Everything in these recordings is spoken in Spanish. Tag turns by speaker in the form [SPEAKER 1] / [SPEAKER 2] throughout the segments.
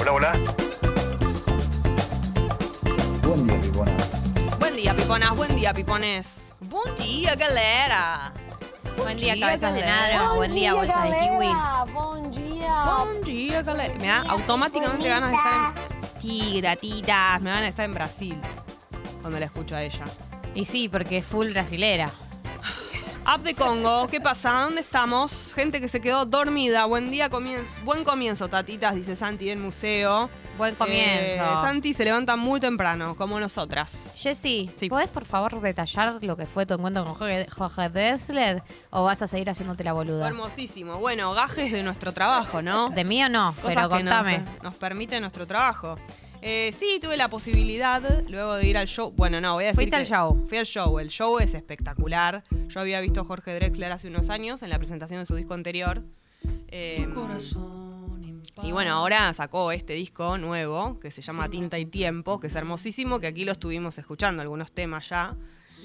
[SPEAKER 1] Hola, hola.
[SPEAKER 2] Buen día, Pipona.
[SPEAKER 3] Buen dia, piponas. Buen dia, pipones. Buen dia, galera.
[SPEAKER 4] Buen día,
[SPEAKER 3] día,
[SPEAKER 4] cabezas de
[SPEAKER 3] galera.
[SPEAKER 4] nadro. Buen día, bolsas de kiwis.
[SPEAKER 5] Buen día.
[SPEAKER 3] Buen dia, galera. Me da automáticamente ganas de estar en... Tigratitas. Me van a estar en Brasil cuando la escucho a ella.
[SPEAKER 4] Y sí, porque es full brasilera.
[SPEAKER 3] App de Congo, ¿qué pasa? ¿Dónde estamos? Gente que se quedó dormida. Buen día, comienzo. Buen comienzo, tatitas, dice Santi del museo.
[SPEAKER 4] Buen
[SPEAKER 3] Eh,
[SPEAKER 4] comienzo.
[SPEAKER 3] Santi se levanta muy temprano, como nosotras.
[SPEAKER 4] Jessy,
[SPEAKER 3] Sí.
[SPEAKER 4] ¿podés por favor detallar lo que fue tu encuentro con Jorge Jorge Drexler? ¿O vas a seguir haciéndote la
[SPEAKER 3] Fue
[SPEAKER 4] boluda?
[SPEAKER 3] Hermosísimo. Bueno, gajes de nuestro trabajo, ¿no?
[SPEAKER 4] De mí o no,
[SPEAKER 3] Cosas
[SPEAKER 4] pero
[SPEAKER 3] que nos-
[SPEAKER 4] contame.
[SPEAKER 3] Nos, permite nuestro trabajo. Eh, sí, tuve la posibilidad luego de ir al show. Bueno, no, voy a decir.
[SPEAKER 4] Fuiste al
[SPEAKER 3] que
[SPEAKER 4] show.
[SPEAKER 3] Fui al show. El show es espectacular. Yo había visto a Jorge Drexler hace unos años en la presentación de su disco anterior. Eh, y bueno, ahora sacó este disco nuevo que se llama Tinta y Tiempo, que es hermosísimo, que aquí lo estuvimos escuchando algunos temas ya.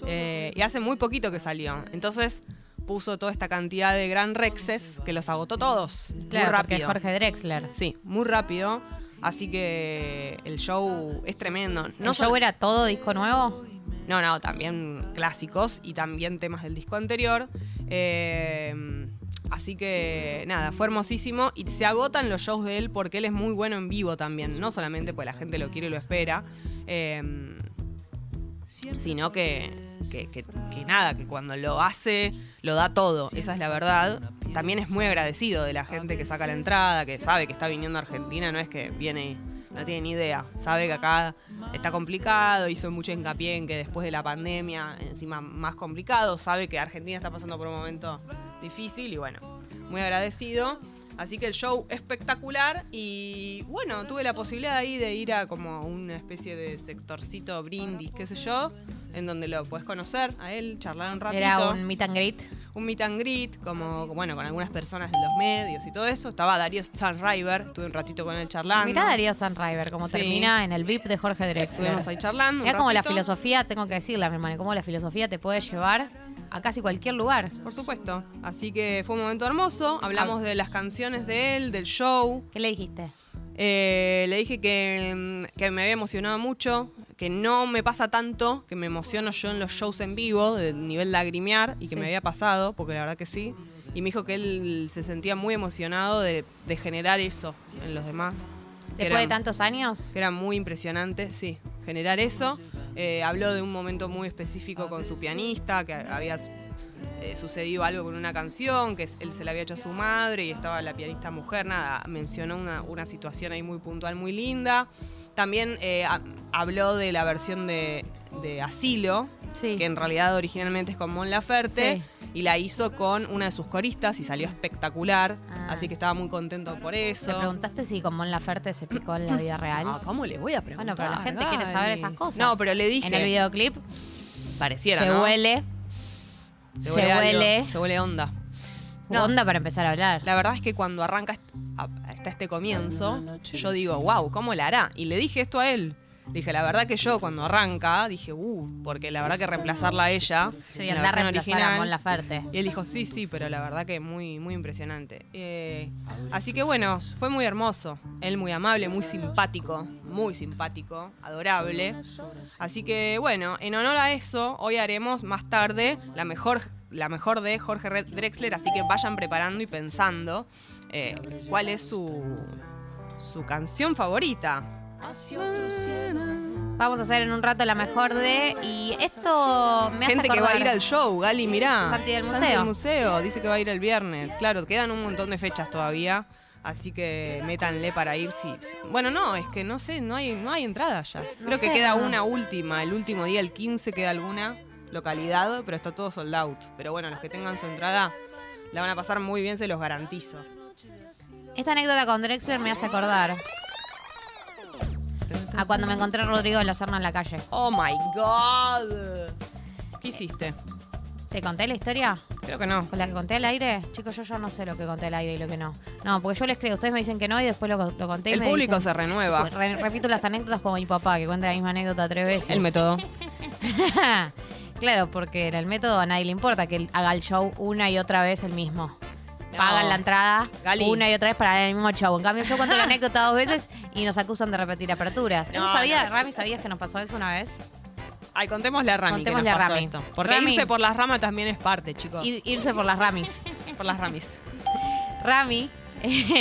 [SPEAKER 3] Eh, y hace muy poquito que salió. Entonces puso toda esta cantidad de gran rexes que los agotó todos. muy
[SPEAKER 4] Claro, porque es
[SPEAKER 3] rápido.
[SPEAKER 4] Jorge Drexler.
[SPEAKER 3] Sí, muy rápido. Así que el show es tremendo. No,
[SPEAKER 4] ¿El show
[SPEAKER 3] solo-
[SPEAKER 4] era todo disco nuevo?
[SPEAKER 3] no, no, también clásicos y también temas del disco anterior. Eh, así que nada, fue hermosísimo. Y se agotan los shows de él porque él es muy bueno en vivo también. No solamente porque la gente lo quiere y lo espera. eh, sino que, que- que- que nada, que cuando lo hace, lo da todo. Esa es la verdad. También es muy agradecido de la gente que saca la entrada, que sabe que está viniendo a Argentina, no es que viene y no tiene ni idea. Sabe que acá está complicado, hizo mucho hincapié en que después de la pandemia, encima más complicado, sabe que Argentina está pasando por un momento difícil y bueno, muy agradecido. Así que el show espectacular y bueno, tuve la posibilidad ahí de ir a como una especie de sectorcito brindis, qué sé yo, en donde lo puedes conocer a él, charlar un ratito
[SPEAKER 4] Era un meet and greet.
[SPEAKER 3] un meet and greet, como bueno, con algunas personas de los medios y todo eso. Estaba Darío Sunriver, estuve un ratito con él charlando.
[SPEAKER 4] Mirá Darío Sanriver, como
[SPEAKER 3] Ah, Sí.
[SPEAKER 4] termina en el VIP de Jorge Drexler.
[SPEAKER 3] Estuvimos ahí charlando. un
[SPEAKER 4] Mirá como la
[SPEAKER 3] ratito.
[SPEAKER 4] filosofía, tengo que decirla, mi hermano, como la filosofía te puede llevar a casi cualquier lugar.
[SPEAKER 3] Por supuesto. Así que fue un momento hermoso.
[SPEAKER 4] Ah.
[SPEAKER 3] Hablamos de las canciones de él, del show.
[SPEAKER 4] ¿Qué le dijiste?
[SPEAKER 3] Eh, le dije que, mm, que me había emocionado mucho, que no me pasa tanto, que me emociono yo en los shows en vivo, de nivel lagrimear, y que
[SPEAKER 4] Sí.
[SPEAKER 3] me había pasado, porque la verdad que sí. Y me dijo que él se sentía muy emocionado de, de generar eso en los demás. Que
[SPEAKER 4] Después de
[SPEAKER 3] eran-
[SPEAKER 4] tantos años,
[SPEAKER 3] que era muy impresionante, sí, generar eso. Eh, habló de un momento muy específico con su pianista, que había eh, sucedido algo con una canción, que él se la había hecho a su madre y estaba la pianista mujer, nada, mencionó una, una situación ahí muy puntual, muy linda. También eh, ha- habló de la versión de, de Asilo,
[SPEAKER 4] sí.
[SPEAKER 3] que en realidad originalmente es con Mon Laferte, y la hizo con una de sus coristas y salió espectacular,
[SPEAKER 4] Ah.
[SPEAKER 3] así que estaba muy contento por
[SPEAKER 4] ¿Te
[SPEAKER 3] eso.
[SPEAKER 4] preguntaste si con Mon Laferte se picó en la vida real?
[SPEAKER 3] Ah, ¿Cómo le voy a preguntar?
[SPEAKER 4] bueno, pero la gente quiere saber
[SPEAKER 3] Gali?
[SPEAKER 4] esas cosas.
[SPEAKER 3] No, pero le dije.
[SPEAKER 4] En el videoclip
[SPEAKER 3] Pareciera,
[SPEAKER 4] se
[SPEAKER 3] ¿no?
[SPEAKER 4] huele,
[SPEAKER 3] Se
[SPEAKER 4] se
[SPEAKER 3] huele algo,
[SPEAKER 4] huele.
[SPEAKER 3] Se huele onda. No.
[SPEAKER 4] onda para empezar a hablar.
[SPEAKER 3] La verdad es que cuando arranca est- a- hasta este comienzo, yo digo, wow, ¿cómo la hará? Y le dije esto a él. Le dije, la verdad que yo cuando arranca, dije, uh, porque la verdad que reemplazarla a ella.
[SPEAKER 4] Sí,
[SPEAKER 3] en la
[SPEAKER 4] andar a
[SPEAKER 3] versión
[SPEAKER 4] reemplazar a Mon Laferte.
[SPEAKER 3] Y él dijo, sí, sí, pero la verdad que muy, muy impresionante. Eh, así que bueno, fue muy hermoso. Él muy amable, muy simpático, muy simpático, adorable. Así que bueno, en honor a eso, hoy haremos más tarde la mejor, la mejor de Jorge Re- Drexler, así que vayan preparando y pensando eh, cuál es su, su canción favorita.
[SPEAKER 4] Vamos a hacer en un rato la mejor de... Y esto me hace
[SPEAKER 3] Gente que va a
[SPEAKER 4] acordar-
[SPEAKER 3] ir al show, Gali, mirá.
[SPEAKER 4] Santi del
[SPEAKER 3] Santi
[SPEAKER 4] Museo.
[SPEAKER 3] Museo, dice que va a ir el viernes. Claro, quedan un montón de fechas todavía. Así que métanle para ir si. si- Bueno, no, es que no sé, no hay, no hay entrada ya.
[SPEAKER 4] No
[SPEAKER 3] Creo que
[SPEAKER 4] sé,
[SPEAKER 3] queda
[SPEAKER 4] no.
[SPEAKER 3] una última, el último día, el 15, queda alguna localidad, pero está todo sold out. Pero bueno, los que tengan su entrada la van a pasar muy bien, se los garantizo.
[SPEAKER 4] Esta anécdota con Drexler me hace acordar a cuando me encontré a Rodrigo de la Serna en la calle.
[SPEAKER 3] Oh my god. ¿Qué hiciste?
[SPEAKER 4] ¿Te conté la historia?
[SPEAKER 3] Creo que no.
[SPEAKER 4] ¿Con la que conté al aire? Chicos, yo ya no sé lo que conté al aire y lo que no. No, porque yo les creo. Ustedes me dicen que no y después lo, lo conté y
[SPEAKER 3] El
[SPEAKER 4] me
[SPEAKER 3] público
[SPEAKER 4] dicen-
[SPEAKER 3] se renueva.
[SPEAKER 4] Re- repito las anécdotas como mi papá, que cuenta la misma anécdota tres veces.
[SPEAKER 3] El método.
[SPEAKER 4] claro, porque en el método a nadie le importa que él haga el show una y otra vez el mismo. pagan la entrada
[SPEAKER 3] Gali.
[SPEAKER 4] una y otra vez para el mismo show. En cambio, yo cuento la anécdota dos veces y nos acusan de repetir aperturas. ¿Eso
[SPEAKER 3] No,
[SPEAKER 4] sabía, Rami, sabías que nos pasó eso una vez?
[SPEAKER 3] Ay, contémosle a Rami
[SPEAKER 4] Contémosle
[SPEAKER 3] que
[SPEAKER 4] a
[SPEAKER 3] nos pasó
[SPEAKER 4] Rami.
[SPEAKER 3] esto. Porque
[SPEAKER 4] Rami.
[SPEAKER 3] irse por las ramas también es parte, chicos.
[SPEAKER 4] Ir- irse por las Ramis.
[SPEAKER 3] Por las ramis.
[SPEAKER 4] Rami,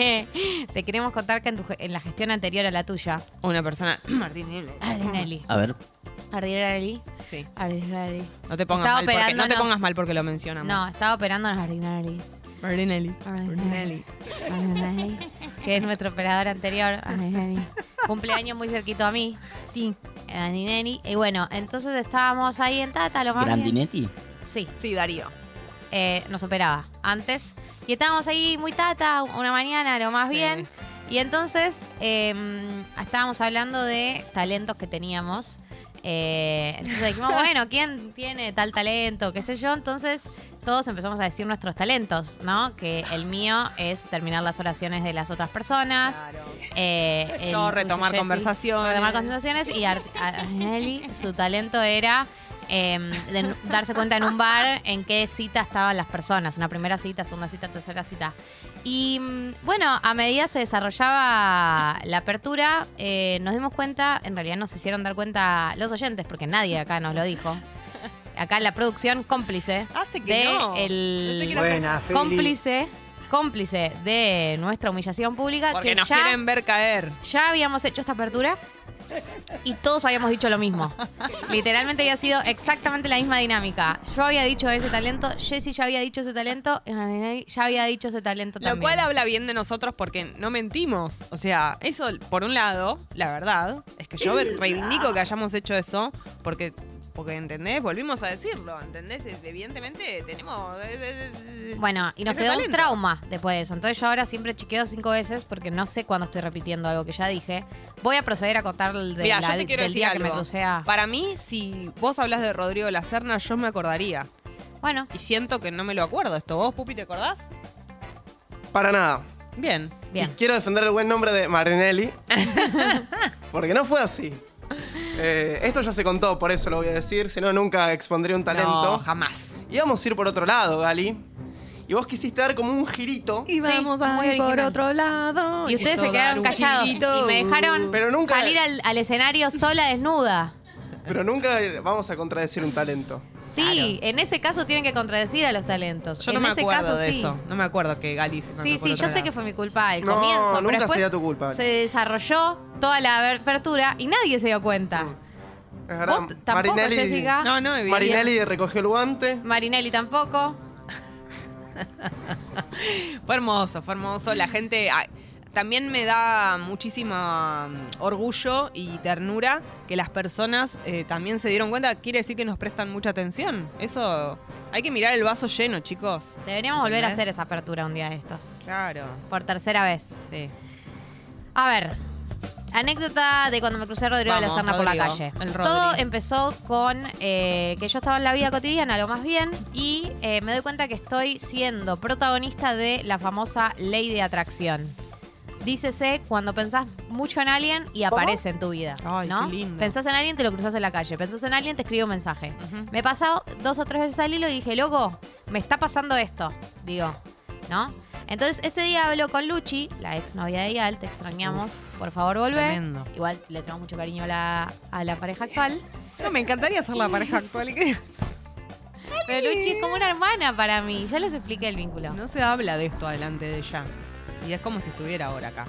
[SPEAKER 4] te queremos contar que en, tu ge- en la gestión anterior a la tuya,
[SPEAKER 3] Una persona... Martín.
[SPEAKER 4] Ardinelli.
[SPEAKER 1] A ver.
[SPEAKER 4] Ardinelli.
[SPEAKER 3] Sí.
[SPEAKER 4] Ardinelli.
[SPEAKER 3] No te pongas
[SPEAKER 4] Estaba
[SPEAKER 3] mal porque, no te
[SPEAKER 4] operándonos.
[SPEAKER 3] pongas mal porque lo mencionamos.
[SPEAKER 4] No, estaba operando en Ardinelli.
[SPEAKER 3] Martinelli.
[SPEAKER 4] Ardinelli. Ardinelli, Que es nuestro operador anterior. Ardinelli. Cumpleaños muy cerquito a mí. Ti. Ardinelli. Y bueno, entonces estábamos ahí en Tata, lo más bien.
[SPEAKER 1] Grandinetti.
[SPEAKER 4] Sí,
[SPEAKER 3] Sí, Darío.
[SPEAKER 4] eh, nos operaba antes. Y estábamos ahí muy tata, una mañana, lo más
[SPEAKER 3] Sí.
[SPEAKER 4] bien. Y entonces eh, estábamos hablando de talentos que teníamos. Eh, entonces dijimos, bueno, ¿quién tiene tal talento? ¿Qué sé yo? Entonces todos empezamos a decir nuestros talentos, ¿no? Que el mío es terminar las oraciones de las otras personas. Eh, el
[SPEAKER 3] Yo
[SPEAKER 4] tuyo,
[SPEAKER 3] retomar
[SPEAKER 4] Jessy,
[SPEAKER 3] conversaciones.
[SPEAKER 4] Retomar conversaciones. Y Ar- Ar- Arnelli, su talento era eh, de n- darse cuenta en un bar en qué cita estaban las personas. Una primera cita, segunda cita, tercera cita. Y mm, bueno, a medida se desarrollaba la apertura, eh, nos dimos cuenta, en realidad nos hicieron dar cuenta los oyentes, porque nadie acá nos lo dijo. Acá la producción cómplice
[SPEAKER 3] Hace que
[SPEAKER 4] de
[SPEAKER 3] no. Pensé que
[SPEAKER 4] el
[SPEAKER 3] era
[SPEAKER 5] Buena, Feli.
[SPEAKER 4] cómplice cómplice de nuestra humillación pública
[SPEAKER 3] Porque
[SPEAKER 4] que
[SPEAKER 3] nos
[SPEAKER 4] ya
[SPEAKER 3] quieren ver caer.
[SPEAKER 4] ya habíamos hecho esta apertura y todos habíamos dicho lo mismo. Literalmente había sido exactamente la misma dinámica. Yo había dicho ese talento, Jessy ya había dicho ese talento, Emanuel ya había dicho ese talento
[SPEAKER 3] Lo
[SPEAKER 4] también.
[SPEAKER 3] cual habla bien de nosotros porque no mentimos. O sea, eso, por un lado, la verdad, es que yo ve- reivindico que hayamos hecho eso porque, porque ¿entendés? Volvimos a decirlo, ¿entendés? Es- Evidentemente tenemos... eh, es- es- es-
[SPEAKER 4] bueno, y nos
[SPEAKER 3] ese
[SPEAKER 4] quedó un
[SPEAKER 3] talento.
[SPEAKER 4] trauma después de eso. Entonces yo ahora siempre chequeo cinco veces porque no sé cuándo estoy repitiendo algo que ya dije. Voy a proceder a contar el de
[SPEAKER 3] Mirá,
[SPEAKER 4] la-
[SPEAKER 3] yo te quiero
[SPEAKER 4] del
[SPEAKER 3] decir
[SPEAKER 4] día que me
[SPEAKER 3] algo.
[SPEAKER 4] crucé a...
[SPEAKER 3] Para mí, si vos hablas de Rodrigo La Serna, yo me acordaría.
[SPEAKER 4] Bueno,
[SPEAKER 3] Y siento que no me lo acuerdo esto. ¿Vos, Pupi, te acordás?
[SPEAKER 6] Para nada.
[SPEAKER 3] Bien.
[SPEAKER 4] bien.
[SPEAKER 6] Y quiero defender el buen nombre de Marinelli. porque no fue así. Eh, esto ya se contó, por eso lo voy a decir. Si no, nunca expondría un
[SPEAKER 3] No,
[SPEAKER 6] talento.
[SPEAKER 3] jamás.
[SPEAKER 6] y vamos a ir por otro lado, Gali. Y vos quisiste dar como un girito.
[SPEAKER 3] Y
[SPEAKER 4] vamos a ir por otro
[SPEAKER 3] lado.
[SPEAKER 4] Y ustedes se quedaron callados y me dejaron
[SPEAKER 6] Pero nunca-
[SPEAKER 4] salir al, al escenario sola desnuda.
[SPEAKER 6] Pero nunca vamos a contradecir un talento.
[SPEAKER 4] Sí, en ese caso tienen que contradecir a los talentos.
[SPEAKER 3] Yo no
[SPEAKER 4] en
[SPEAKER 3] me
[SPEAKER 4] ese
[SPEAKER 3] acuerdo
[SPEAKER 4] caso,
[SPEAKER 3] de
[SPEAKER 4] sí.
[SPEAKER 3] eso. No me acuerdo que Gali se mandó
[SPEAKER 4] Sí,
[SPEAKER 3] por
[SPEAKER 4] sí,
[SPEAKER 3] otro
[SPEAKER 4] yo sé
[SPEAKER 3] lado.
[SPEAKER 4] que fue mi culpa al
[SPEAKER 6] No,
[SPEAKER 4] comienzo, pero
[SPEAKER 6] nunca
[SPEAKER 4] después
[SPEAKER 6] sería tu culpa.
[SPEAKER 4] se desarrolló toda la apertura y nadie se dio cuenta.
[SPEAKER 6] Mm. Es verdad.
[SPEAKER 4] Vos t- tampoco, "Ah, Jessica.
[SPEAKER 3] No, no, evidente.
[SPEAKER 6] Marinelli recogió el guante.
[SPEAKER 4] Marinelli tampoco.
[SPEAKER 3] Fue hermoso, fue hermoso. La gente. ay, también me da muchísimo mm, orgullo y ternura que las personas eh, también se dieron cuenta. Quiere decir que nos prestan mucha atención. Eso. Hay que mirar el vaso lleno, chicos.
[SPEAKER 4] Deberíamos volver a
[SPEAKER 3] ¿Entendés?
[SPEAKER 4] hacer esa apertura un día de estos.
[SPEAKER 3] Claro.
[SPEAKER 4] Por tercera vez.
[SPEAKER 3] Sí.
[SPEAKER 4] A ver. Anécdota de cuando me crucé a Rodrigo de la
[SPEAKER 3] Vamos,
[SPEAKER 4] Serna por la
[SPEAKER 3] Rodrigo,
[SPEAKER 4] calle.
[SPEAKER 3] el Rodri.
[SPEAKER 4] Todo empezó con eh, que yo estaba en la vida cotidiana, lo más bien, y eh, me doy cuenta que estoy siendo protagonista de la famosa ley de atracción. Dícese cuando pensás mucho en alguien y aparece en tu vida.
[SPEAKER 3] Ay,
[SPEAKER 4] ¿no?
[SPEAKER 3] qué lindo.
[SPEAKER 4] Pensás en alguien, te lo cruzás en la calle. Pensás en alguien, te escribe un mensaje.
[SPEAKER 3] Ujú.
[SPEAKER 4] Me he pasado dos o tres veces al hilo y dije, loco, me está pasando esto. Digo, ¿no? Entonces ese día hablo con Luchi, la ex novia de Ial, te extrañamos, por favor volvé.
[SPEAKER 3] Tremendo.
[SPEAKER 4] Igual le tengo mucho cariño a la, a la pareja actual.
[SPEAKER 3] No, me encantaría ser la pareja actual. y que-
[SPEAKER 4] Pero Luchi es como una hermana para mí. Ya les expliqué el vínculo.
[SPEAKER 3] No se habla de esto adelante de ella. Y es como si estuviera ahora acá.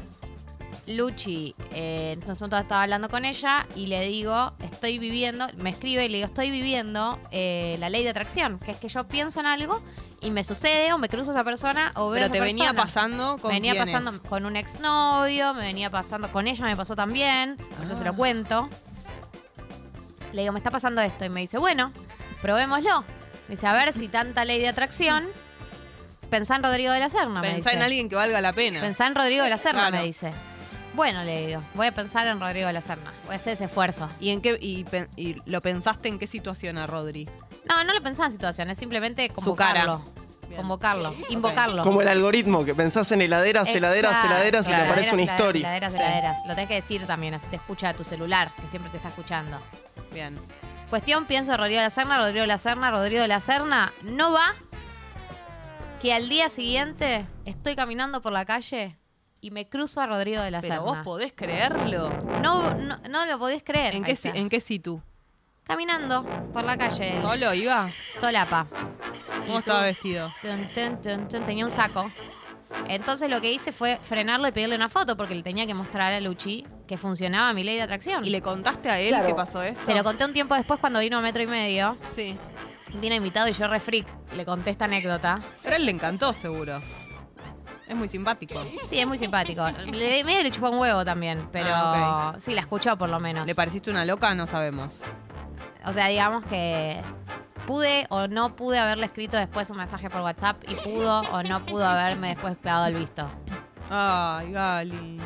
[SPEAKER 4] Luchi, eh, entonces nosotros estaba hablando con ella y le digo, estoy viviendo, me escribe y le digo, estoy viviendo eh, la ley de atracción, que es que yo pienso en algo y me sucede o me cruzo a esa persona o
[SPEAKER 3] Pero
[SPEAKER 4] veo a esa
[SPEAKER 3] te venía
[SPEAKER 4] persona.
[SPEAKER 3] pasando con.
[SPEAKER 4] Me venía
[SPEAKER 3] quiénes?
[SPEAKER 4] pasando con un exnovio, me venía pasando con ella, me pasó también, por eso
[SPEAKER 3] Ah.
[SPEAKER 4] se lo cuento. Le digo, me está pasando esto y me dice, bueno, probémoslo. Me dice, a ver si tanta ley de atracción. Pensá en Rodrigo de la Serna, me
[SPEAKER 3] Pensá
[SPEAKER 4] dice.
[SPEAKER 3] en alguien que valga la pena.
[SPEAKER 4] Ah, Pensá en Rodrigo de la Serna,
[SPEAKER 3] Claro.
[SPEAKER 4] me dice. Bueno, le digo, voy a pensar en Rodrigo de la Serna, voy a hacer ese esfuerzo.
[SPEAKER 3] ¿Y, en qué, y, pen- y lo pensaste en qué situación a Rodri?
[SPEAKER 4] No, no lo pensaba en situaciones, simplemente
[SPEAKER 3] Su cara.
[SPEAKER 4] convocarlo.
[SPEAKER 3] Bien.
[SPEAKER 4] Convocarlo, invocarlo.
[SPEAKER 6] Como el algoritmo, que pensás en heladeras, heladeras,
[SPEAKER 4] Exacto.
[SPEAKER 6] heladeras y te
[SPEAKER 4] Heladeras,
[SPEAKER 6] aparece una
[SPEAKER 4] heladeras,
[SPEAKER 6] historia.
[SPEAKER 4] Heladeras,
[SPEAKER 3] Sí.
[SPEAKER 4] heladeras. Lo tenés que decir también, así te escucha tu celular, que siempre te está escuchando.
[SPEAKER 3] Bien.
[SPEAKER 4] Cuestión, pienso en Rodrigo de la Serna, Rodrigo de la Serna, Rodrigo de la Serna no va. que al día siguiente estoy caminando por la calle y me cruzo a Rodrigo de la
[SPEAKER 3] Pero vos
[SPEAKER 4] Serna.
[SPEAKER 3] podés creerlo.
[SPEAKER 4] no, no, no lo podés creer.
[SPEAKER 3] ¿En
[SPEAKER 4] Ahí
[SPEAKER 3] qué, si-
[SPEAKER 4] está.
[SPEAKER 3] ¿En qué situ?
[SPEAKER 4] Caminando por la calle.
[SPEAKER 3] ¿Solo iba?
[SPEAKER 4] Solapa. Y
[SPEAKER 3] ¿Cómo
[SPEAKER 4] tú-
[SPEAKER 3] estaba vestido?
[SPEAKER 4] Tun, tun, tun, tun. Tenía un saco. Entonces lo que hice fue frenarlo y pedirle una foto porque le tenía que mostrar a Luchi que funcionaba mi ley de atracción.
[SPEAKER 3] ¿Y le contaste a él
[SPEAKER 2] Claro.
[SPEAKER 3] que pasó esto?
[SPEAKER 4] Se lo conté un tiempo después cuando vino a metro y medio.
[SPEAKER 3] Sí.
[SPEAKER 4] Vino invitado y yo re freak. Le conté esta anécdota.
[SPEAKER 3] Pero a él le encantó, seguro. Es muy simpático.
[SPEAKER 4] Sí, es muy simpático. Le, medio le chupó un huevo también, pero
[SPEAKER 3] Ah,
[SPEAKER 4] sí, la escuchó por lo menos.
[SPEAKER 3] ¿Le pareciste una loca? No sabemos.
[SPEAKER 4] O sea, digamos que pude o no pude haberle escrito después un mensaje por WhatsApp y pudo o no pudo haberme después clavado el visto.
[SPEAKER 3] Ay, Gali.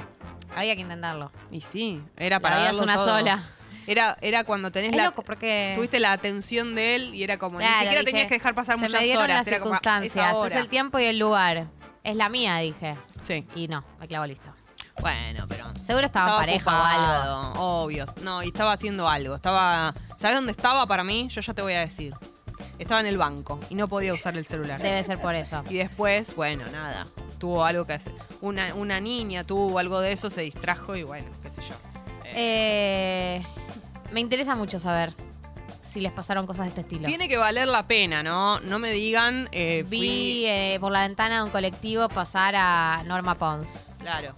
[SPEAKER 4] Había que intentarlo.
[SPEAKER 3] Y sí, era para
[SPEAKER 4] la vida es
[SPEAKER 3] darlo
[SPEAKER 4] una
[SPEAKER 3] todo.
[SPEAKER 4] sola.
[SPEAKER 3] Era, era cuando tenés
[SPEAKER 4] Es
[SPEAKER 3] la.
[SPEAKER 4] loco porque...
[SPEAKER 3] Tuviste la atención de él y era como. ni
[SPEAKER 4] Claro,
[SPEAKER 3] siquiera
[SPEAKER 4] dije,
[SPEAKER 3] tenías que dejar pasar
[SPEAKER 4] se
[SPEAKER 3] muchas
[SPEAKER 4] me dieron
[SPEAKER 3] horas.
[SPEAKER 4] las
[SPEAKER 3] era como, "Ah, es
[SPEAKER 4] circunstancias,
[SPEAKER 3] ahora".
[SPEAKER 4] es el tiempo y el lugar. Es la mía, dije.
[SPEAKER 3] Sí.
[SPEAKER 4] Y no, me clavo listo.
[SPEAKER 3] Bueno, pero.
[SPEAKER 4] Seguro estaba, en pareja o algo.
[SPEAKER 3] ocupado, Obvio. No, y estaba haciendo algo. Estaba. ¿Sabes dónde estaba para mí? Yo ya te voy a decir. Estaba en el banco y no podía usar el celular.
[SPEAKER 4] Debe ser por eso.
[SPEAKER 3] Y después, bueno, nada. Tuvo algo que hacer. Una, una niña tuvo algo de eso, se distrajo y bueno, qué sé yo.
[SPEAKER 4] Eh, me interesa mucho saber si les pasaron cosas de este estilo.
[SPEAKER 3] Tiene que valer la pena, ¿no? No me digan. eh, fui-
[SPEAKER 4] Vi eh, por la ventana de un colectivo pasar a Norma Pons.
[SPEAKER 3] Claro.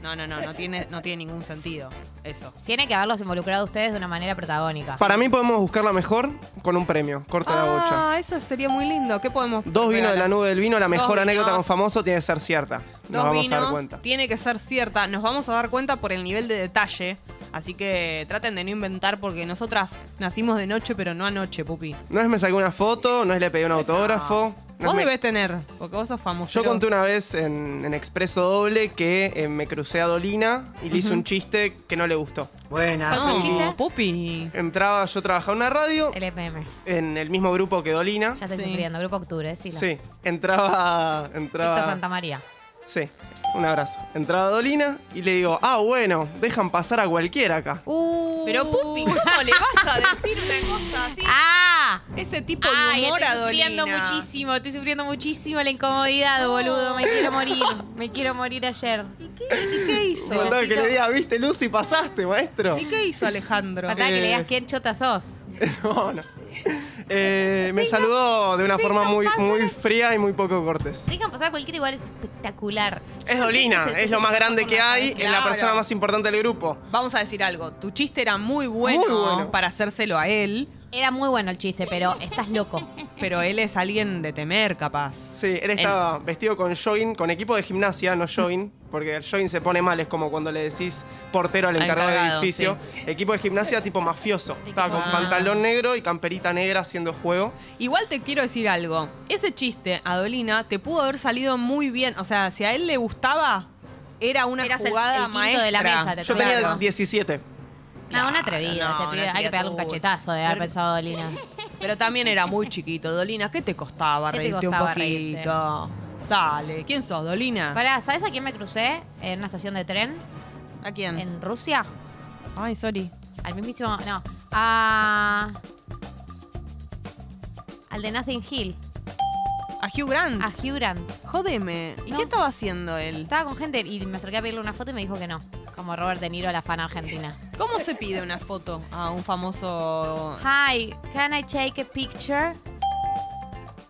[SPEAKER 3] No, no, no, no tiene, no tiene ningún sentido eso.
[SPEAKER 4] Tiene que haberlos involucrado a ustedes de una manera protagónica.
[SPEAKER 6] Para mí podemos buscarla mejor con un premio. Corta
[SPEAKER 4] Ah,
[SPEAKER 6] la bocha.
[SPEAKER 3] Ah, eso sería muy lindo. ¿Qué podemos
[SPEAKER 6] Dos vinos de la nube del vino, la mejor
[SPEAKER 3] Dos
[SPEAKER 6] anécdota con
[SPEAKER 3] vinos.
[SPEAKER 6] famoso tiene que ser cierta. Nos
[SPEAKER 3] Dos
[SPEAKER 6] vamos
[SPEAKER 3] vinos,
[SPEAKER 6] a dar cuenta.
[SPEAKER 3] Tiene que ser cierta. Nos vamos a dar cuenta por el nivel de detalle. Así que traten de no inventar porque nosotras nacimos de noche, pero no anoche, pupi.
[SPEAKER 6] No es me saqué una foto, no es le pedí un autógrafo. no
[SPEAKER 3] Vos
[SPEAKER 6] es me-
[SPEAKER 3] debes tener, porque vos sos famoso.
[SPEAKER 6] Yo conté una vez en, en Expreso Doble que eh, me crucé a Dolina y le hice un chiste que no le gustó.
[SPEAKER 4] ¿Cuál
[SPEAKER 2] Buenas.
[SPEAKER 4] fue el chiste?
[SPEAKER 3] No, pupi.
[SPEAKER 6] Entraba, yo trabajaba en una radio,
[SPEAKER 4] LPM.
[SPEAKER 6] en el mismo grupo que Dolina.
[SPEAKER 4] Ya estoy
[SPEAKER 3] Sí.
[SPEAKER 4] sufriendo. Grupo Octubre, sí. la-
[SPEAKER 6] Sí, entraba.
[SPEAKER 4] Víctor
[SPEAKER 6] entraba
[SPEAKER 4] Santa María.
[SPEAKER 6] sí, un abrazo. Entraba Dolina y le digo, ah, bueno, dejan pasar a cualquiera acá.
[SPEAKER 4] Uh.
[SPEAKER 3] Pero Pupi, ¿cómo le vas a decir una cosa así?
[SPEAKER 4] ¡Ah!
[SPEAKER 3] Ese tipo
[SPEAKER 4] Ay,
[SPEAKER 3] de humor
[SPEAKER 4] estoy sufriendo
[SPEAKER 3] Adolina.
[SPEAKER 4] muchísimo, estoy sufriendo muchísimo la incomodidad, boludo. Me quiero morir, me quiero morir ayer.
[SPEAKER 3] ¿Qué hizo?
[SPEAKER 6] Mandaba que le diga, viste, Lucy, pasaste, maestro.
[SPEAKER 3] ¿Y qué hizo Alejandro?
[SPEAKER 4] Faltaba que
[SPEAKER 6] Eh.
[SPEAKER 4] le digas quién chota sos.
[SPEAKER 6] No, no. Eh, me saludó de una forma muy, muy fría y muy poco cortés.
[SPEAKER 4] Dejan pasar cualquiera igual, es espectacular.
[SPEAKER 6] Es Dolina,
[SPEAKER 4] Sí, sí, sí,
[SPEAKER 6] es lo
[SPEAKER 4] sí,
[SPEAKER 6] más
[SPEAKER 4] sí,
[SPEAKER 6] grande
[SPEAKER 4] sí,
[SPEAKER 6] que
[SPEAKER 4] sí,
[SPEAKER 6] hay,
[SPEAKER 4] sí,
[SPEAKER 6] es la
[SPEAKER 3] claro.
[SPEAKER 6] persona más importante del grupo.
[SPEAKER 3] Vamos a decir algo. Tu chiste era muy bueno,
[SPEAKER 6] Muy bueno.
[SPEAKER 3] para hacérselo a él,
[SPEAKER 4] Era muy bueno el chiste, pero estás loco.
[SPEAKER 3] pero él es alguien de temer, capaz.
[SPEAKER 6] Sí, él estaba vestido con jogging, con equipo de gimnasia, no jogging, porque el jogging se pone mal, es como cuando le decís portero al
[SPEAKER 3] Al
[SPEAKER 6] encargado,
[SPEAKER 3] encargado,
[SPEAKER 6] del edificio. Equipo de gimnasia tipo mafioso. Estaba con
[SPEAKER 4] Ah.
[SPEAKER 6] pantalón negro y camperita negra haciendo juego.
[SPEAKER 3] Igual te quiero decir algo. Ese chiste, Adolina, te pudo haber salido muy bien. O sea, si a él le gustaba, era una
[SPEAKER 4] Eras el-
[SPEAKER 3] jugada
[SPEAKER 4] el quinto
[SPEAKER 3] maestra.
[SPEAKER 4] de la mesa, te
[SPEAKER 6] Yo
[SPEAKER 4] Claro.
[SPEAKER 6] tenía 17.
[SPEAKER 4] No, un
[SPEAKER 3] Claro,
[SPEAKER 4] atrevido,
[SPEAKER 3] no,
[SPEAKER 4] este
[SPEAKER 3] una
[SPEAKER 4] pibe. Hay que pegarle un
[SPEAKER 3] criatura.
[SPEAKER 4] cachetazo de haber
[SPEAKER 3] Pero-
[SPEAKER 4] pensado Dolina.
[SPEAKER 3] Pero también era muy chiquito, Dolina. ¿Qué te costaba
[SPEAKER 4] ¿Qué te
[SPEAKER 3] reírte
[SPEAKER 4] costaba
[SPEAKER 3] un poquito? Dale, ¿quién sos, Dolina?
[SPEAKER 4] Pará, ¿sabes a quién me crucé en una estación de tren
[SPEAKER 3] ¿A quién?
[SPEAKER 4] en Rusia?
[SPEAKER 3] Ay, sorry.
[SPEAKER 4] Al mismísimo. No. A. Al de Nothing Hill.
[SPEAKER 3] A Hugh Grant.
[SPEAKER 4] A Hugh Grant.
[SPEAKER 3] Jodeme. ¿Y
[SPEAKER 4] Ah. No.
[SPEAKER 3] qué estaba haciendo él?
[SPEAKER 4] Estaba con gente y me acerqué a pedirle una foto y me dijo que no. Como Robert De Niro, la fan argentina.
[SPEAKER 3] ¿Cómo se pide una foto a un famoso?
[SPEAKER 4] Hi, can I take a picture?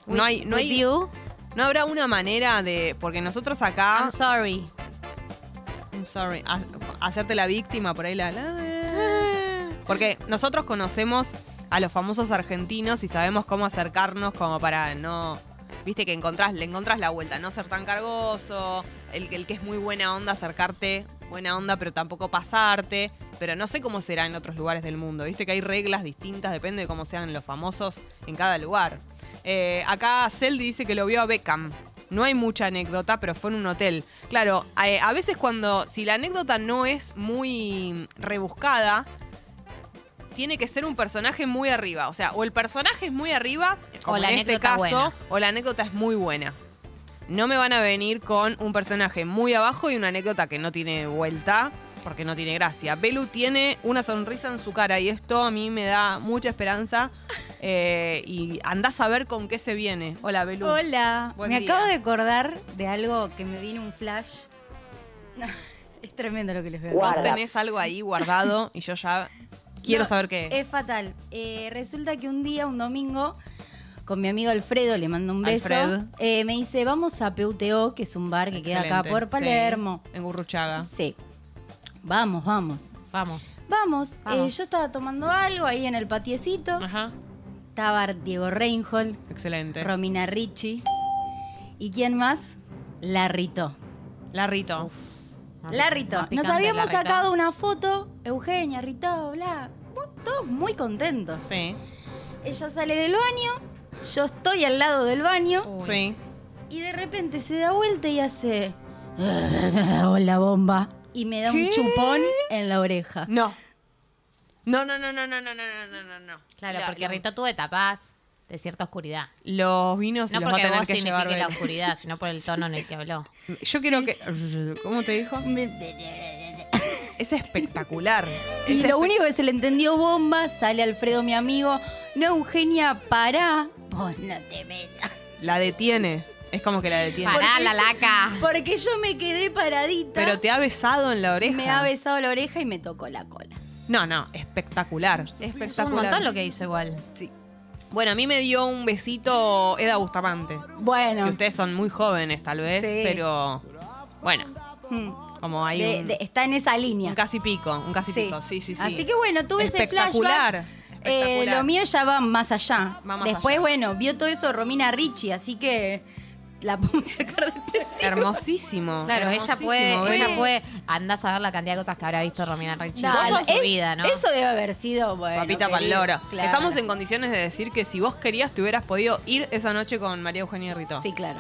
[SPEAKER 3] No hay, no
[SPEAKER 4] with
[SPEAKER 3] hay,
[SPEAKER 4] you?
[SPEAKER 3] no habrá una manera de, porque nosotros
[SPEAKER 4] I'm
[SPEAKER 3] acá,
[SPEAKER 4] sorry.
[SPEAKER 3] I'm sorry, ha- hacerte la víctima por ahí la, la- porque nosotros conocemos a los famosos argentinos y sabemos cómo acercarnos como para no, viste que encontrás, le encontrás la vuelta, no ser tan cargoso, el, el que es muy buena onda acercarte, buena onda pero tampoco pasarte, pero no sé cómo será en otros lugares del mundo, viste que hay reglas distintas, depende de cómo sean los famosos en cada lugar. Eh, acá Celdi dice que lo vio a Beckham. No hay mucha anécdota, pero fue en un hotel. Claro, eh, a veces cuando, si la anécdota no es muy rebuscada, tiene que ser un personaje muy arriba. O sea, o el personaje es muy arriba, como
[SPEAKER 4] la
[SPEAKER 3] en este
[SPEAKER 4] anécdota
[SPEAKER 3] caso,
[SPEAKER 4] es buena.
[SPEAKER 3] o la anécdota es muy buena. No me van a venir con un personaje muy abajo y una anécdota que no tiene vuelta. porque no tiene gracia. Belu tiene una sonrisa en su cara y esto a mí me da mucha esperanza. eh, y andás a ver con qué se viene. Hola, Belu.
[SPEAKER 1] Hola,
[SPEAKER 3] Buen
[SPEAKER 1] me
[SPEAKER 3] día.
[SPEAKER 1] acabo de acordar de algo que me vino un flash. No, es tremendo lo que les veo.
[SPEAKER 3] Vos
[SPEAKER 5] Guarda.
[SPEAKER 3] tenés algo ahí guardado y yo ya quiero
[SPEAKER 1] No,
[SPEAKER 3] saber qué es.
[SPEAKER 1] Es fatal. Eh, resulta que un día, un domingo, con mi amigo Alfredo, le mando un beso,
[SPEAKER 3] Alfred.
[SPEAKER 1] eh, me dice, vamos a PUTO, que es un bar que queda acá
[SPEAKER 3] Excelente.
[SPEAKER 1] por Palermo.
[SPEAKER 3] Sí, en Gurruchaga.
[SPEAKER 1] Sí. Vamos, vamos.
[SPEAKER 4] Vamos.
[SPEAKER 1] Vamos.
[SPEAKER 4] Vamos.
[SPEAKER 1] Eh, yo estaba tomando algo ahí en el patiecito.
[SPEAKER 3] Ajá.
[SPEAKER 1] Estaba Diego Reinhold,
[SPEAKER 3] Excelente.
[SPEAKER 1] Romina Ricci. ¿Y quién más? Larrito.
[SPEAKER 3] La Rito.
[SPEAKER 1] La Rito.
[SPEAKER 4] Más
[SPEAKER 1] Nos
[SPEAKER 4] picante,
[SPEAKER 1] habíamos
[SPEAKER 4] la Rito.
[SPEAKER 1] sacado una foto, Eugenia, Rito, bla. mu- Todos muy contentos.
[SPEAKER 3] Sí.
[SPEAKER 1] Ella sale del baño, yo estoy al lado del baño
[SPEAKER 4] Uy.
[SPEAKER 3] Sí.
[SPEAKER 1] y de repente se da vuelta y hace. Hola, bomba. Y me da un chupón en la oreja.
[SPEAKER 3] No. No, no, no, no, no, no, no, no, no, no.
[SPEAKER 4] Claro,
[SPEAKER 3] Lo-
[SPEAKER 4] porque
[SPEAKER 3] lo-
[SPEAKER 4] Rito tú de tapás de cierta oscuridad.
[SPEAKER 3] Los vinos
[SPEAKER 4] No
[SPEAKER 3] los va a
[SPEAKER 4] porque
[SPEAKER 3] tener
[SPEAKER 4] vos
[SPEAKER 3] que llevar.
[SPEAKER 4] signifique la
[SPEAKER 3] Belén.
[SPEAKER 4] oscuridad, sino por el tono en el que habló.
[SPEAKER 3] Yo quiero que. ¿Cómo te dijo? Es espectacular.
[SPEAKER 1] Y
[SPEAKER 3] Es
[SPEAKER 1] lo
[SPEAKER 4] este.
[SPEAKER 3] espe-
[SPEAKER 1] único que se le entendió bomba, sale Alfredo, mi amigo. No, Eugenia, pará. Vos no te metas.
[SPEAKER 3] La detiene. Es como que la detiene.
[SPEAKER 4] Pará,
[SPEAKER 1] Porque
[SPEAKER 4] la
[SPEAKER 1] yo-
[SPEAKER 4] laca.
[SPEAKER 1] Porque yo me quedé paradita.
[SPEAKER 3] Pero te ha besado en la oreja.
[SPEAKER 1] me ha besado la oreja y me tocó la cola.
[SPEAKER 3] No, no, espectacular.
[SPEAKER 4] Es un
[SPEAKER 3] Espectacular.
[SPEAKER 4] montón lo que hizo igual.
[SPEAKER 3] Bueno, a mí me dio un besito Eda Bustamante.
[SPEAKER 1] Bueno.
[SPEAKER 3] Que ustedes son muy jóvenes, tal vez,
[SPEAKER 1] Sí.
[SPEAKER 3] pero. Bueno,
[SPEAKER 1] Mm.
[SPEAKER 3] como hay
[SPEAKER 1] De-
[SPEAKER 3] un,
[SPEAKER 1] de- está en esa línea.
[SPEAKER 3] un casi pico, un casi pico. Sí, sí, sí.
[SPEAKER 1] Así que bueno, tuve ese
[SPEAKER 3] Espectacular.
[SPEAKER 1] flashback. Eh,
[SPEAKER 3] Espectacular.
[SPEAKER 1] lo mío ya va más allá.
[SPEAKER 3] Va más
[SPEAKER 1] Después,
[SPEAKER 3] allá.
[SPEAKER 1] bueno, vio todo eso Romina Ricci, así que la podemos sacar de este testigo.
[SPEAKER 3] Hermosísimo.
[SPEAKER 4] Claro, ella
[SPEAKER 3] hermosísimo, ¿eh?
[SPEAKER 4] puede,
[SPEAKER 3] Belén.
[SPEAKER 4] ella puede, andás a ver la cantidad de cosas que habrá visto Romina Ricci
[SPEAKER 1] No,
[SPEAKER 4] en su
[SPEAKER 1] es-
[SPEAKER 4] vida, ¿no?
[SPEAKER 1] Eso debe haber sido, bueno.
[SPEAKER 3] Papita pa'l
[SPEAKER 1] querido,
[SPEAKER 3] loro.
[SPEAKER 1] claro.
[SPEAKER 3] Estamos en condiciones de decir que si vos querías, te hubieras podido ir esa noche con María Eugenia Rito.
[SPEAKER 1] Sí, claro.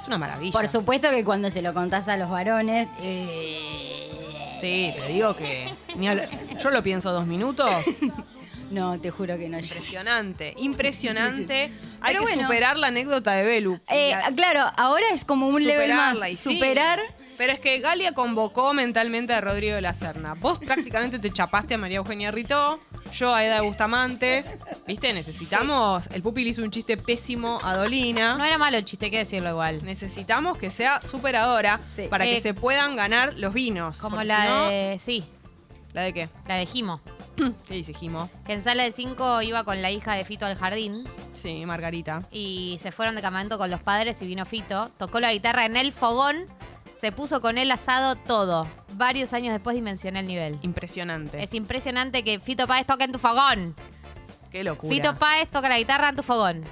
[SPEAKER 3] Es una maravilla.
[SPEAKER 1] Por supuesto que cuando se lo contás a los varones. eh,
[SPEAKER 3] Sí, te digo que. ni habla- Yo lo pienso dos minutos.
[SPEAKER 1] No, te juro que no. Jessy.
[SPEAKER 3] Impresionante, impresionante. Hay
[SPEAKER 1] Pero
[SPEAKER 3] que
[SPEAKER 1] bueno.
[SPEAKER 3] superar la anécdota de Belu.
[SPEAKER 1] Eh,
[SPEAKER 3] La-
[SPEAKER 1] claro, ahora es como un level más.
[SPEAKER 3] superarla, y sí.
[SPEAKER 1] Superar.
[SPEAKER 3] Pero es que Galia convocó mentalmente a Rodrigo de la Serna. Vos prácticamente te chapaste a María Eugenia Ritó, yo a Eda Bustamante. ¿Viste? Necesitamos. El Pupi le hizo un chiste pésimo a Dolina.
[SPEAKER 4] No era malo el chiste, hay que decirlo igual.
[SPEAKER 3] Necesitamos que sea superadora
[SPEAKER 1] Sí.
[SPEAKER 3] para que
[SPEAKER 4] Eh,
[SPEAKER 3] se puedan ganar los vinos.
[SPEAKER 4] Como
[SPEAKER 3] porque
[SPEAKER 4] la
[SPEAKER 3] si no-
[SPEAKER 4] de. Sí,
[SPEAKER 3] ¿La de qué?
[SPEAKER 4] la de Jimo.
[SPEAKER 3] ¿Qué dice Jimo?
[SPEAKER 4] Que en sala de 5 iba con la hija de Fito al jardín
[SPEAKER 3] Sí, Margarita.
[SPEAKER 4] y se fueron de campamento con los padres y vino Fito. Tocó la guitarra en el fogón, se puso con el asado todo. Varios años después dimensioné el nivel.
[SPEAKER 3] Impresionante.
[SPEAKER 4] Es impresionante que Fito Páez toque en tu fogón.
[SPEAKER 3] Qué locura.
[SPEAKER 4] Fito Páez toca la guitarra en tu fogón.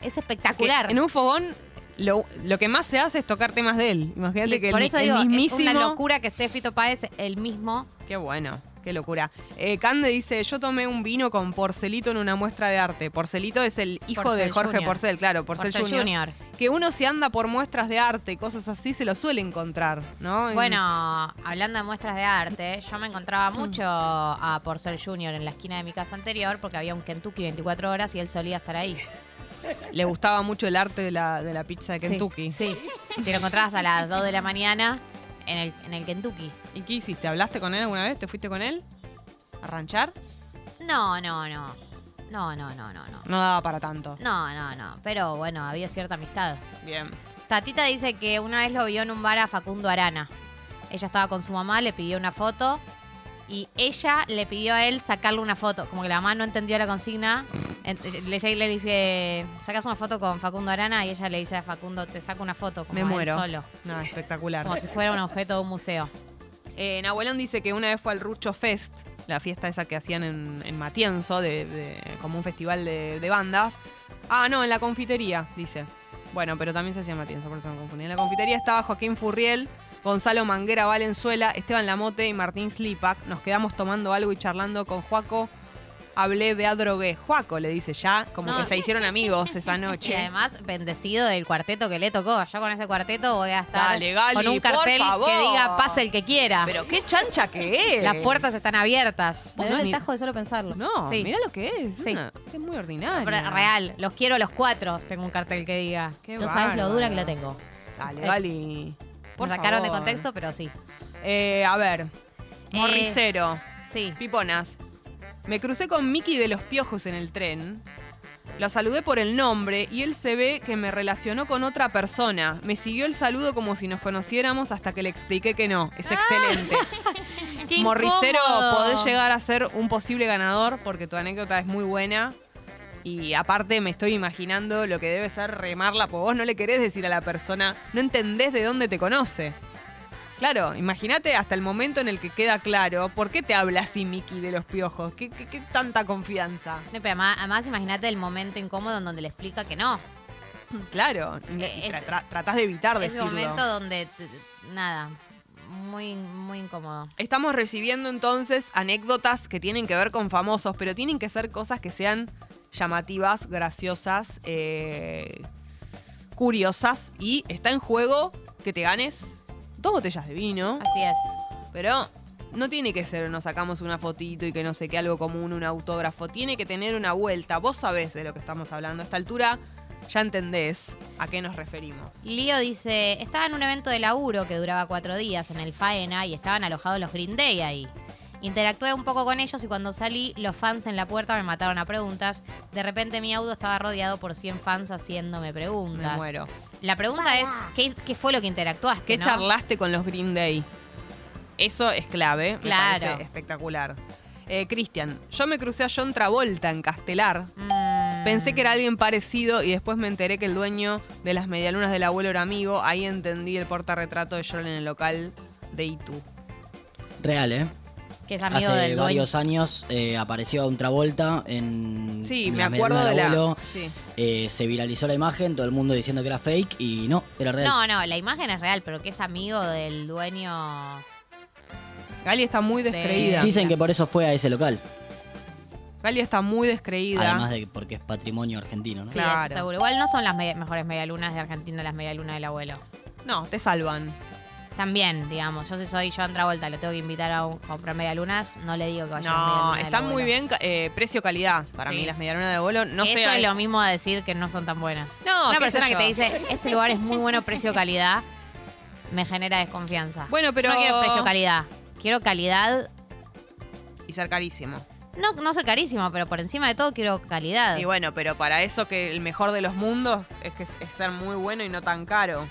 [SPEAKER 4] Es
[SPEAKER 3] Que
[SPEAKER 4] espectacular.
[SPEAKER 3] En un fogón, lo, lo que más se hace es tocar temas de él. Imagínate
[SPEAKER 4] Y
[SPEAKER 3] que
[SPEAKER 4] por
[SPEAKER 3] el,
[SPEAKER 4] eso
[SPEAKER 3] el
[SPEAKER 4] digo,
[SPEAKER 3] mismísimo.
[SPEAKER 4] es una locura que esté Fito Páez el mismo.
[SPEAKER 3] Qué bueno, qué locura. Eh, Cande dice, yo tomé un vino con Porcelito en una muestra de arte. Porcelito es el hijo de
[SPEAKER 4] Porcel
[SPEAKER 3] Jorge
[SPEAKER 4] Jr..
[SPEAKER 3] Porcel, claro,
[SPEAKER 4] Por
[SPEAKER 3] Porcel,
[SPEAKER 4] ser
[SPEAKER 3] Junior.
[SPEAKER 4] Junior.
[SPEAKER 3] Que uno se anda por muestras de arte, y cosas así, se lo suele encontrar, ¿no? En-
[SPEAKER 4] Bueno, hablando de muestras de arte, yo me encontraba
[SPEAKER 3] Mm.
[SPEAKER 4] mucho a Porcel Junior en la esquina de mi casa anterior porque había un Kentucky 24 horas y él solía estar ahí.
[SPEAKER 3] Le gustaba mucho el arte de la, de la pizza de Kentucky.
[SPEAKER 4] Sí. sí. Te lo encontrabas a las 2 de la mañana en el, en el Kentucky.
[SPEAKER 3] ¿Y qué hiciste? ¿Hablaste con él alguna vez? ¿Te fuiste con él? ¿A ranchar?
[SPEAKER 4] No, no, no. No, no, no, no, no.
[SPEAKER 3] No daba para tanto.
[SPEAKER 4] No, no, no. Pero bueno, había cierta amistad.
[SPEAKER 3] Bien.
[SPEAKER 4] Tatita dice que una vez lo vio en un bar a Facundo Arana. Ella estaba con su mamá, le pidió una foto y ella le pidió a él sacarle una foto. Como que la mamá no entendió la consigna. ent- Ella le dice, sacas una foto con Facundo Arana y ella le dice a Facundo, te saco una foto como
[SPEAKER 3] Me
[SPEAKER 4] a él
[SPEAKER 3] muero.
[SPEAKER 4] solo.
[SPEAKER 3] No, espectacular.
[SPEAKER 4] Como si fuera un objeto de un museo.
[SPEAKER 3] Eh, Nahuelón dice que una vez fue al Rucho Fest, la fiesta esa que hacían en, en Matienzo, de, de- como un festival de, de bandas. Ah, no, en la confitería, dice. Bueno, pero también se hacía en Matienzo, por eso me confundí. En la confitería estaba Joaquín Furriel, Gonzalo Manguera Valenzuela, Esteban Lamote y Martín Slipak. Nos quedamos tomando algo y charlando con Juaco. Hablé de Adrogué. Juaco le dice ya, como
[SPEAKER 4] No.
[SPEAKER 3] que se hicieron amigos esa
[SPEAKER 4] Y
[SPEAKER 3] noche.
[SPEAKER 4] además, bendecido del cuarteto que le tocó. Yo con ese cuarteto voy a estar
[SPEAKER 3] Dale, Gali,
[SPEAKER 4] con un
[SPEAKER 3] por
[SPEAKER 4] cartel que
[SPEAKER 3] favor.
[SPEAKER 4] diga pase el que quiera.
[SPEAKER 3] Pero qué chancha que es.
[SPEAKER 4] Las puertas están abiertas. Me
[SPEAKER 3] Vos
[SPEAKER 4] duele el
[SPEAKER 3] mira-
[SPEAKER 4] tajo de solo pensarlo.
[SPEAKER 3] No,
[SPEAKER 4] Sí.
[SPEAKER 3] mirá lo que es.
[SPEAKER 4] Sí.
[SPEAKER 3] una- es muy ordinario.
[SPEAKER 4] Pero real, los quiero a los cuatro. Tengo un cartel que diga.
[SPEAKER 3] Qué
[SPEAKER 4] no sabes lo
[SPEAKER 3] bárbaro.
[SPEAKER 4] dura que lo tengo.
[SPEAKER 3] Dale,
[SPEAKER 4] Eh,
[SPEAKER 3] Gali.
[SPEAKER 4] Me sacaron de contexto, pero sí.
[SPEAKER 3] Eh, a ver. Morricero.
[SPEAKER 4] Sí.
[SPEAKER 3] Piponas. Me crucé con Mickey de los Piojos en el tren. Lo saludé por el nombre y él se ve que me relacionó con otra persona. Me siguió el saludo como si nos conociéramos hasta que le expliqué que no. Es excelente.
[SPEAKER 4] Ah. Qué
[SPEAKER 3] Morricero,
[SPEAKER 4] incómodo.
[SPEAKER 3] podés llegar a ser un posible ganador porque tu anécdota es muy buena. Y aparte me estoy imaginando lo que debe ser remarla, porque vos no le querés decir a la persona, no entendés de dónde te conoce. Claro, imagínate hasta el momento en el que queda claro por qué te habla así Mickey de los piojos. ¿Qué, qué- qué tanta confianza?
[SPEAKER 4] No, pero además, además imagínate el momento incómodo en donde le explica que no.
[SPEAKER 3] Claro, y
[SPEAKER 4] Eh,
[SPEAKER 3] tra-
[SPEAKER 4] es-
[SPEAKER 3] tra- tratás de evitar
[SPEAKER 4] Es un
[SPEAKER 3] decirlo.
[SPEAKER 4] momento donde t- nada, muy muy incómodo.
[SPEAKER 3] Estamos recibiendo entonces anécdotas que tienen que ver con famosos, pero tienen que ser cosas que sean llamativas, graciosas, eh, curiosas. Y está en juego que te ganes dos botellas de vino,
[SPEAKER 4] Así es.
[SPEAKER 3] pero no tiene que ser nos sacamos una fotito y que no sé qué, algo común, un autógrafo. Tiene que tener una vuelta. Vos sabés de lo que estamos hablando. A esta altura ya entendés a qué nos referimos.
[SPEAKER 4] Lío dice, estaba en un evento de laburo que duraba cuatro días en el Faena y estaban alojados los Green Day ahí. Interactué un poco con ellos y cuando salí, los fans en la puerta me mataron a preguntas. De repente mi auto estaba rodeado por 100 fans haciéndome preguntas.
[SPEAKER 3] Me muero.
[SPEAKER 4] La pregunta es, ¿qué, qué fue lo que interactuaste?
[SPEAKER 3] ¿Qué
[SPEAKER 4] no?
[SPEAKER 3] charlaste con los Green Day? Eso es clave. me
[SPEAKER 4] Claro.
[SPEAKER 3] parece espectacular. Eh, Cristian, yo me crucé a John Travolta en Castelar.
[SPEAKER 4] Mm.
[SPEAKER 3] Pensé que era alguien parecido y después me enteré que el dueño de las medialunas del abuelo era amigo. Ahí entendí el portarretrato de John en el local de Itu.
[SPEAKER 5] Real, ¿eh?
[SPEAKER 4] Que es amigo
[SPEAKER 5] Hace
[SPEAKER 4] del dueño.
[SPEAKER 5] varios años eh, apareció un Travolta en.
[SPEAKER 3] Sí,
[SPEAKER 5] en
[SPEAKER 3] me
[SPEAKER 5] la
[SPEAKER 3] acuerdo
[SPEAKER 5] Merluna
[SPEAKER 3] de
[SPEAKER 5] del
[SPEAKER 3] la.
[SPEAKER 5] Abuelo.
[SPEAKER 3] Sí.
[SPEAKER 5] Eh, se viralizó la imagen, todo el mundo diciendo que era fake y no, era real.
[SPEAKER 4] No, no, la imagen es real, pero que es amigo del dueño.
[SPEAKER 3] Gali está muy descreída.
[SPEAKER 5] Dicen que por eso fue a ese local.
[SPEAKER 3] Gali está muy descreída.
[SPEAKER 5] Además de porque es patrimonio argentino, ¿no?
[SPEAKER 4] Sí,
[SPEAKER 3] Claro.
[SPEAKER 4] eso seguro. Igual no son las me- mejores medialunas de Argentina, las medialunas del abuelo.
[SPEAKER 3] No, te salvan.
[SPEAKER 4] También, digamos, yo si soy John Travolta, lo tengo que invitar a, un- a comprar medialunas, no le digo que vaya a
[SPEAKER 3] No,
[SPEAKER 4] medialunas del
[SPEAKER 3] están muy
[SPEAKER 4] abuelo.
[SPEAKER 3] bien eh, precio-calidad. Para
[SPEAKER 4] Sí.
[SPEAKER 3] mí, las medialunas del abuelo no
[SPEAKER 4] Eso
[SPEAKER 3] sé.
[SPEAKER 4] es lo mismo a decir que no son tan buenas.
[SPEAKER 3] No,
[SPEAKER 4] Una
[SPEAKER 3] qué sé
[SPEAKER 4] persona que
[SPEAKER 3] yo.
[SPEAKER 4] te dice, este lugar es muy bueno, precio-calidad, me genera desconfianza.
[SPEAKER 3] Bueno, pero-
[SPEAKER 4] No quiero precio-calidad. Quiero calidad,
[SPEAKER 3] Y ser carísimo.
[SPEAKER 4] no, no ser carísimo, pero por encima de todo quiero calidad.
[SPEAKER 3] Y bueno, pero para eso que el mejor de los mundos es que es, es ser muy bueno y no tan caro.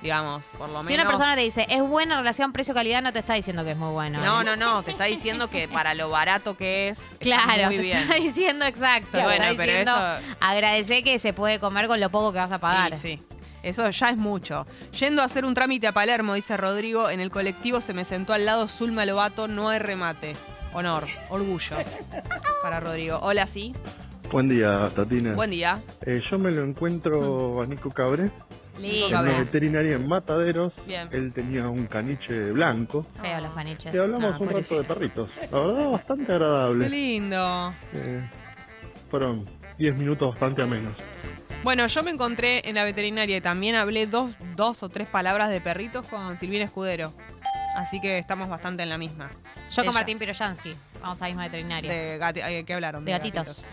[SPEAKER 3] Digamos, por lo menos.
[SPEAKER 4] si una persona te dice, es buena relación precio-calidad, no te está diciendo que es muy bueno. ¿eh?
[SPEAKER 3] No, no, no, te está diciendo que para lo barato que es. está
[SPEAKER 4] Claro,
[SPEAKER 3] muy
[SPEAKER 4] te
[SPEAKER 3] bien.
[SPEAKER 4] está diciendo exacto.
[SPEAKER 3] Y
[SPEAKER 4] te
[SPEAKER 3] bueno,
[SPEAKER 4] está
[SPEAKER 3] pero
[SPEAKER 4] diciendo,
[SPEAKER 3] eso-
[SPEAKER 4] Agradece que se puede comer con lo poco que vas a pagar.
[SPEAKER 3] Y sí. Eso ya es mucho. Yendo a hacer un trámite a Palermo, dice Rodrigo, en el colectivo se me sentó al lado Zulma Lobato, no hay remate. Honor, orgullo. Para Rodrigo. Hola, sí.
[SPEAKER 7] Buen día, Tatina.
[SPEAKER 3] Buen Mm. día.
[SPEAKER 7] Eh, yo me lo encuentro a Nico Cabré, en
[SPEAKER 4] Lindo.
[SPEAKER 7] una
[SPEAKER 3] Cabré.
[SPEAKER 7] veterinaria en Mataderos.
[SPEAKER 3] Bien.
[SPEAKER 7] Él tenía un caniche blanco.
[SPEAKER 4] Feo los maniches.
[SPEAKER 7] Y hablamos
[SPEAKER 3] Ah,
[SPEAKER 7] un rato
[SPEAKER 3] pobrecito.
[SPEAKER 7] de perritos. La verdad, bastante
[SPEAKER 3] Qué
[SPEAKER 7] agradable.
[SPEAKER 3] lindo.
[SPEAKER 7] Eh, fueron 10 minutos bastante amenos.
[SPEAKER 3] Bueno, yo me encontré en la veterinaria y también hablé dos, dos o tres palabras de perritos con Silvina Escudero. Así que estamos bastante en la misma.
[SPEAKER 4] Yo
[SPEAKER 3] Ella.
[SPEAKER 4] con Martín Piroyansky. Vamos a la misma veterinaria. De,
[SPEAKER 3] De gati- eh, ¿Qué hablaron?
[SPEAKER 4] gatitos.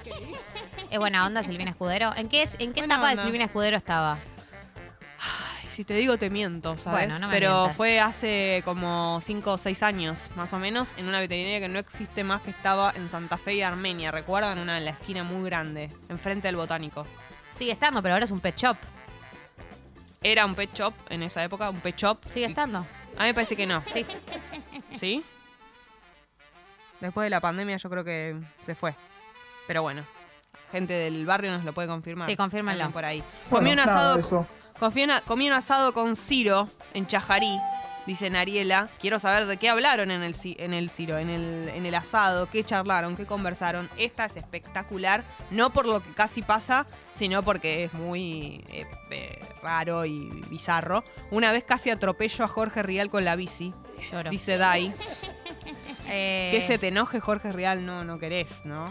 [SPEAKER 4] Es buena onda Silvina Escudero. ¿En qué, es- en qué
[SPEAKER 3] Buena
[SPEAKER 4] etapa
[SPEAKER 3] onda.
[SPEAKER 4] de Silvina Escudero estaba?
[SPEAKER 3] Ay, si te digo, te miento, ¿sabes?
[SPEAKER 4] Bueno, no me
[SPEAKER 3] Pero
[SPEAKER 4] mientas.
[SPEAKER 3] fue hace como cinco o seis años, más o menos, en una veterinaria que no existe más, que estaba en Santa Fe y Armenia. ¿Recuerdan? Una en la esquina muy grande, enfrente del botánico.
[SPEAKER 4] Sigue estando, pero ahora es un pet shop.
[SPEAKER 3] Era un pet shop en esa época, un pet shop.
[SPEAKER 4] Sigue estando.
[SPEAKER 3] A mí me parece que no.
[SPEAKER 4] Sí.
[SPEAKER 3] ¿Sí? Después de la pandemia yo creo que se fue. Pero bueno, gente del barrio nos lo puede confirmar.
[SPEAKER 4] Sí, confírmenlo.
[SPEAKER 3] Anden Por ahí.
[SPEAKER 2] Bueno,
[SPEAKER 3] comí, un
[SPEAKER 2] nada
[SPEAKER 3] asado,
[SPEAKER 2] de eso.
[SPEAKER 3] confí una- comí un asado con Ciro en Chajarí, dice Nariela. Quiero saber de qué hablaron en el, ci- en el Ciro, en el, en el asado, qué charlaron, qué conversaron. Esta es espectacular, no por lo que casi pasa, sino porque es muy eh, eh, raro y bizarro. Una vez casi atropello a Jorge Rial con la bici,
[SPEAKER 4] Lloro.
[SPEAKER 3] dice Dai.
[SPEAKER 4] Eh,
[SPEAKER 3] Que se te enoje Jorge Real, no, no querés, ¿no?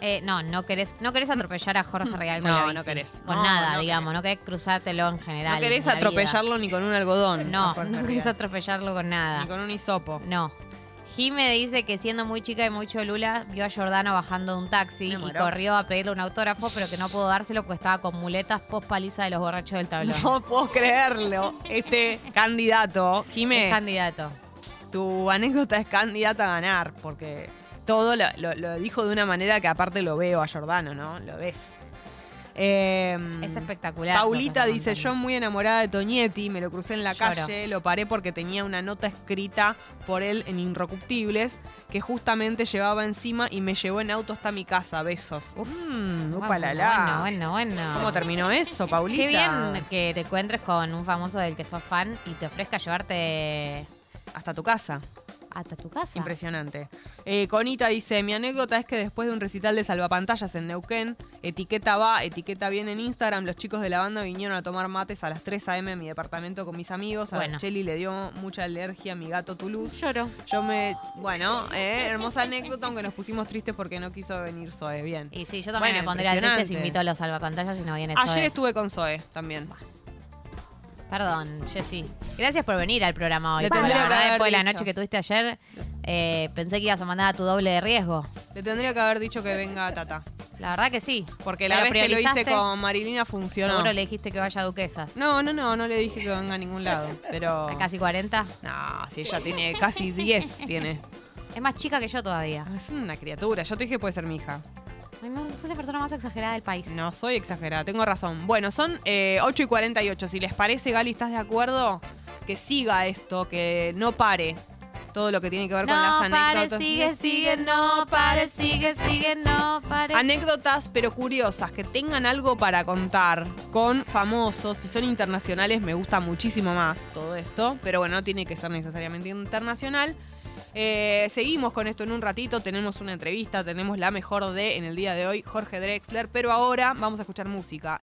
[SPEAKER 4] eh, no, no querés, no querés atropellar a Jorge Real con
[SPEAKER 3] No,
[SPEAKER 4] la bici.
[SPEAKER 3] no querés.
[SPEAKER 4] Con
[SPEAKER 3] No,
[SPEAKER 4] nada,
[SPEAKER 3] no
[SPEAKER 4] digamos. No querés cruzártelo en general.
[SPEAKER 3] no querés
[SPEAKER 4] en la vida.
[SPEAKER 3] atropellarlo ni con un algodón. a
[SPEAKER 4] No,
[SPEAKER 3] Jorge
[SPEAKER 4] no querés
[SPEAKER 3] Rial.
[SPEAKER 4] atropellarlo con
[SPEAKER 3] Ni
[SPEAKER 4] nada.
[SPEAKER 3] con un hisopo.
[SPEAKER 4] No. Jime dice que siendo muy chica y mucho Lula, vio a Jordana bajando de un taxi
[SPEAKER 3] Me
[SPEAKER 4] y
[SPEAKER 3] muero.
[SPEAKER 4] corrió a pedirle un autógrafo, pero que no pudo dárselo porque estaba con muletas post paliza de los borrachos del tablón.
[SPEAKER 3] No puedo creerlo. Este candidato,
[SPEAKER 4] Es
[SPEAKER 3] Jimé,
[SPEAKER 4] candidato.
[SPEAKER 3] tu anécdota es candidata a ganar, porque todo lo, lo- lo dijo de una manera que aparte lo veo a Jordano, ¿no? Lo ves. Eh,
[SPEAKER 4] Es espectacular.
[SPEAKER 3] Paulita
[SPEAKER 4] lo que está
[SPEAKER 3] dice, yo
[SPEAKER 4] contando.
[SPEAKER 3] muy enamorada de Toñetti, me lo crucé en la
[SPEAKER 4] Lloro.
[SPEAKER 3] calle, lo paré porque tenía una nota escrita por él en Inrecuptibles que justamente llevaba encima y me llevó en auto hasta mi casa, besos. Uf, upalala.
[SPEAKER 4] Bueno, bueno, bueno.
[SPEAKER 3] ¿Cómo terminó eso, Paulita?
[SPEAKER 4] Qué bien que te encuentres con un famoso del que sos fan y te ofrezca llevarte
[SPEAKER 3] Hasta tu casa.
[SPEAKER 4] hasta tu casa.
[SPEAKER 3] Impresionante. Eh, Conita dice, mi anécdota es que después de un recital de salvapantallas en Neuquén, etiqueta va, etiqueta viene en Instagram, los chicos de la banda vinieron a tomar mates a las 3 a.m. en mi departamento con mis amigos. A
[SPEAKER 4] Bueno.
[SPEAKER 3] Cheli le dio mucha alergia a mi gato Toulouse.
[SPEAKER 4] Lloro.
[SPEAKER 3] Yo me... Bueno, eh, hermosa anécdota, aunque nos pusimos tristes porque no quiso venir Zoe. Bien.
[SPEAKER 4] Y sí, yo también
[SPEAKER 3] Bueno,
[SPEAKER 4] me pondría triste si
[SPEAKER 3] impresionante.
[SPEAKER 4] invito a los salvapantallas y no viene Zoe.
[SPEAKER 3] Ayer estuve con Zoe también.
[SPEAKER 4] Perdón, Jessy. Gracias por venir al programa hoy.
[SPEAKER 3] Le
[SPEAKER 4] porque la
[SPEAKER 3] tendría que
[SPEAKER 4] verdad,
[SPEAKER 3] haber
[SPEAKER 4] después de la
[SPEAKER 3] dicho.
[SPEAKER 4] noche que tuviste ayer, eh, pensé que ibas a mandar a tu doble de riesgo.
[SPEAKER 3] Le tendría que haber dicho que venga Tata.
[SPEAKER 4] La verdad que sí.
[SPEAKER 3] Porque la
[SPEAKER 4] Pero
[SPEAKER 3] vez que lo hice
[SPEAKER 4] priorizaste,
[SPEAKER 3] con Marilina funcionó.
[SPEAKER 4] Seguro le dijiste que vaya a Duquesas.
[SPEAKER 3] No, no, no, no le dije que venga a ningún lado. Pero...
[SPEAKER 4] A casi 40.
[SPEAKER 3] No, si ella tiene casi 10, tiene.
[SPEAKER 4] Es más chica que yo todavía.
[SPEAKER 3] Es una criatura. Yo te dije puede ser mi hija.
[SPEAKER 4] Ay, no, soy la persona más exagerada del país.
[SPEAKER 3] No soy exagerada, tengo razón. Bueno, son eh, 8 y 48. Si les parece, Gali, ¿estás de acuerdo? Que siga esto, que no pare todo lo que tiene que ver con las
[SPEAKER 4] No pare,
[SPEAKER 3] anécdotas.
[SPEAKER 4] sigue, sigue, no pare, sigue, sigue, no pare.
[SPEAKER 3] Anécdotas pero curiosas, que tengan algo para contar con famosos, si son internacionales me gusta muchísimo más todo esto, pero bueno, no tiene que ser necesariamente internacional. Eh, seguimos con esto en un ratito, tenemos una entrevista, tenemos la mejor de en el día de hoy, Jorge Drexler, pero ahora vamos a escuchar música.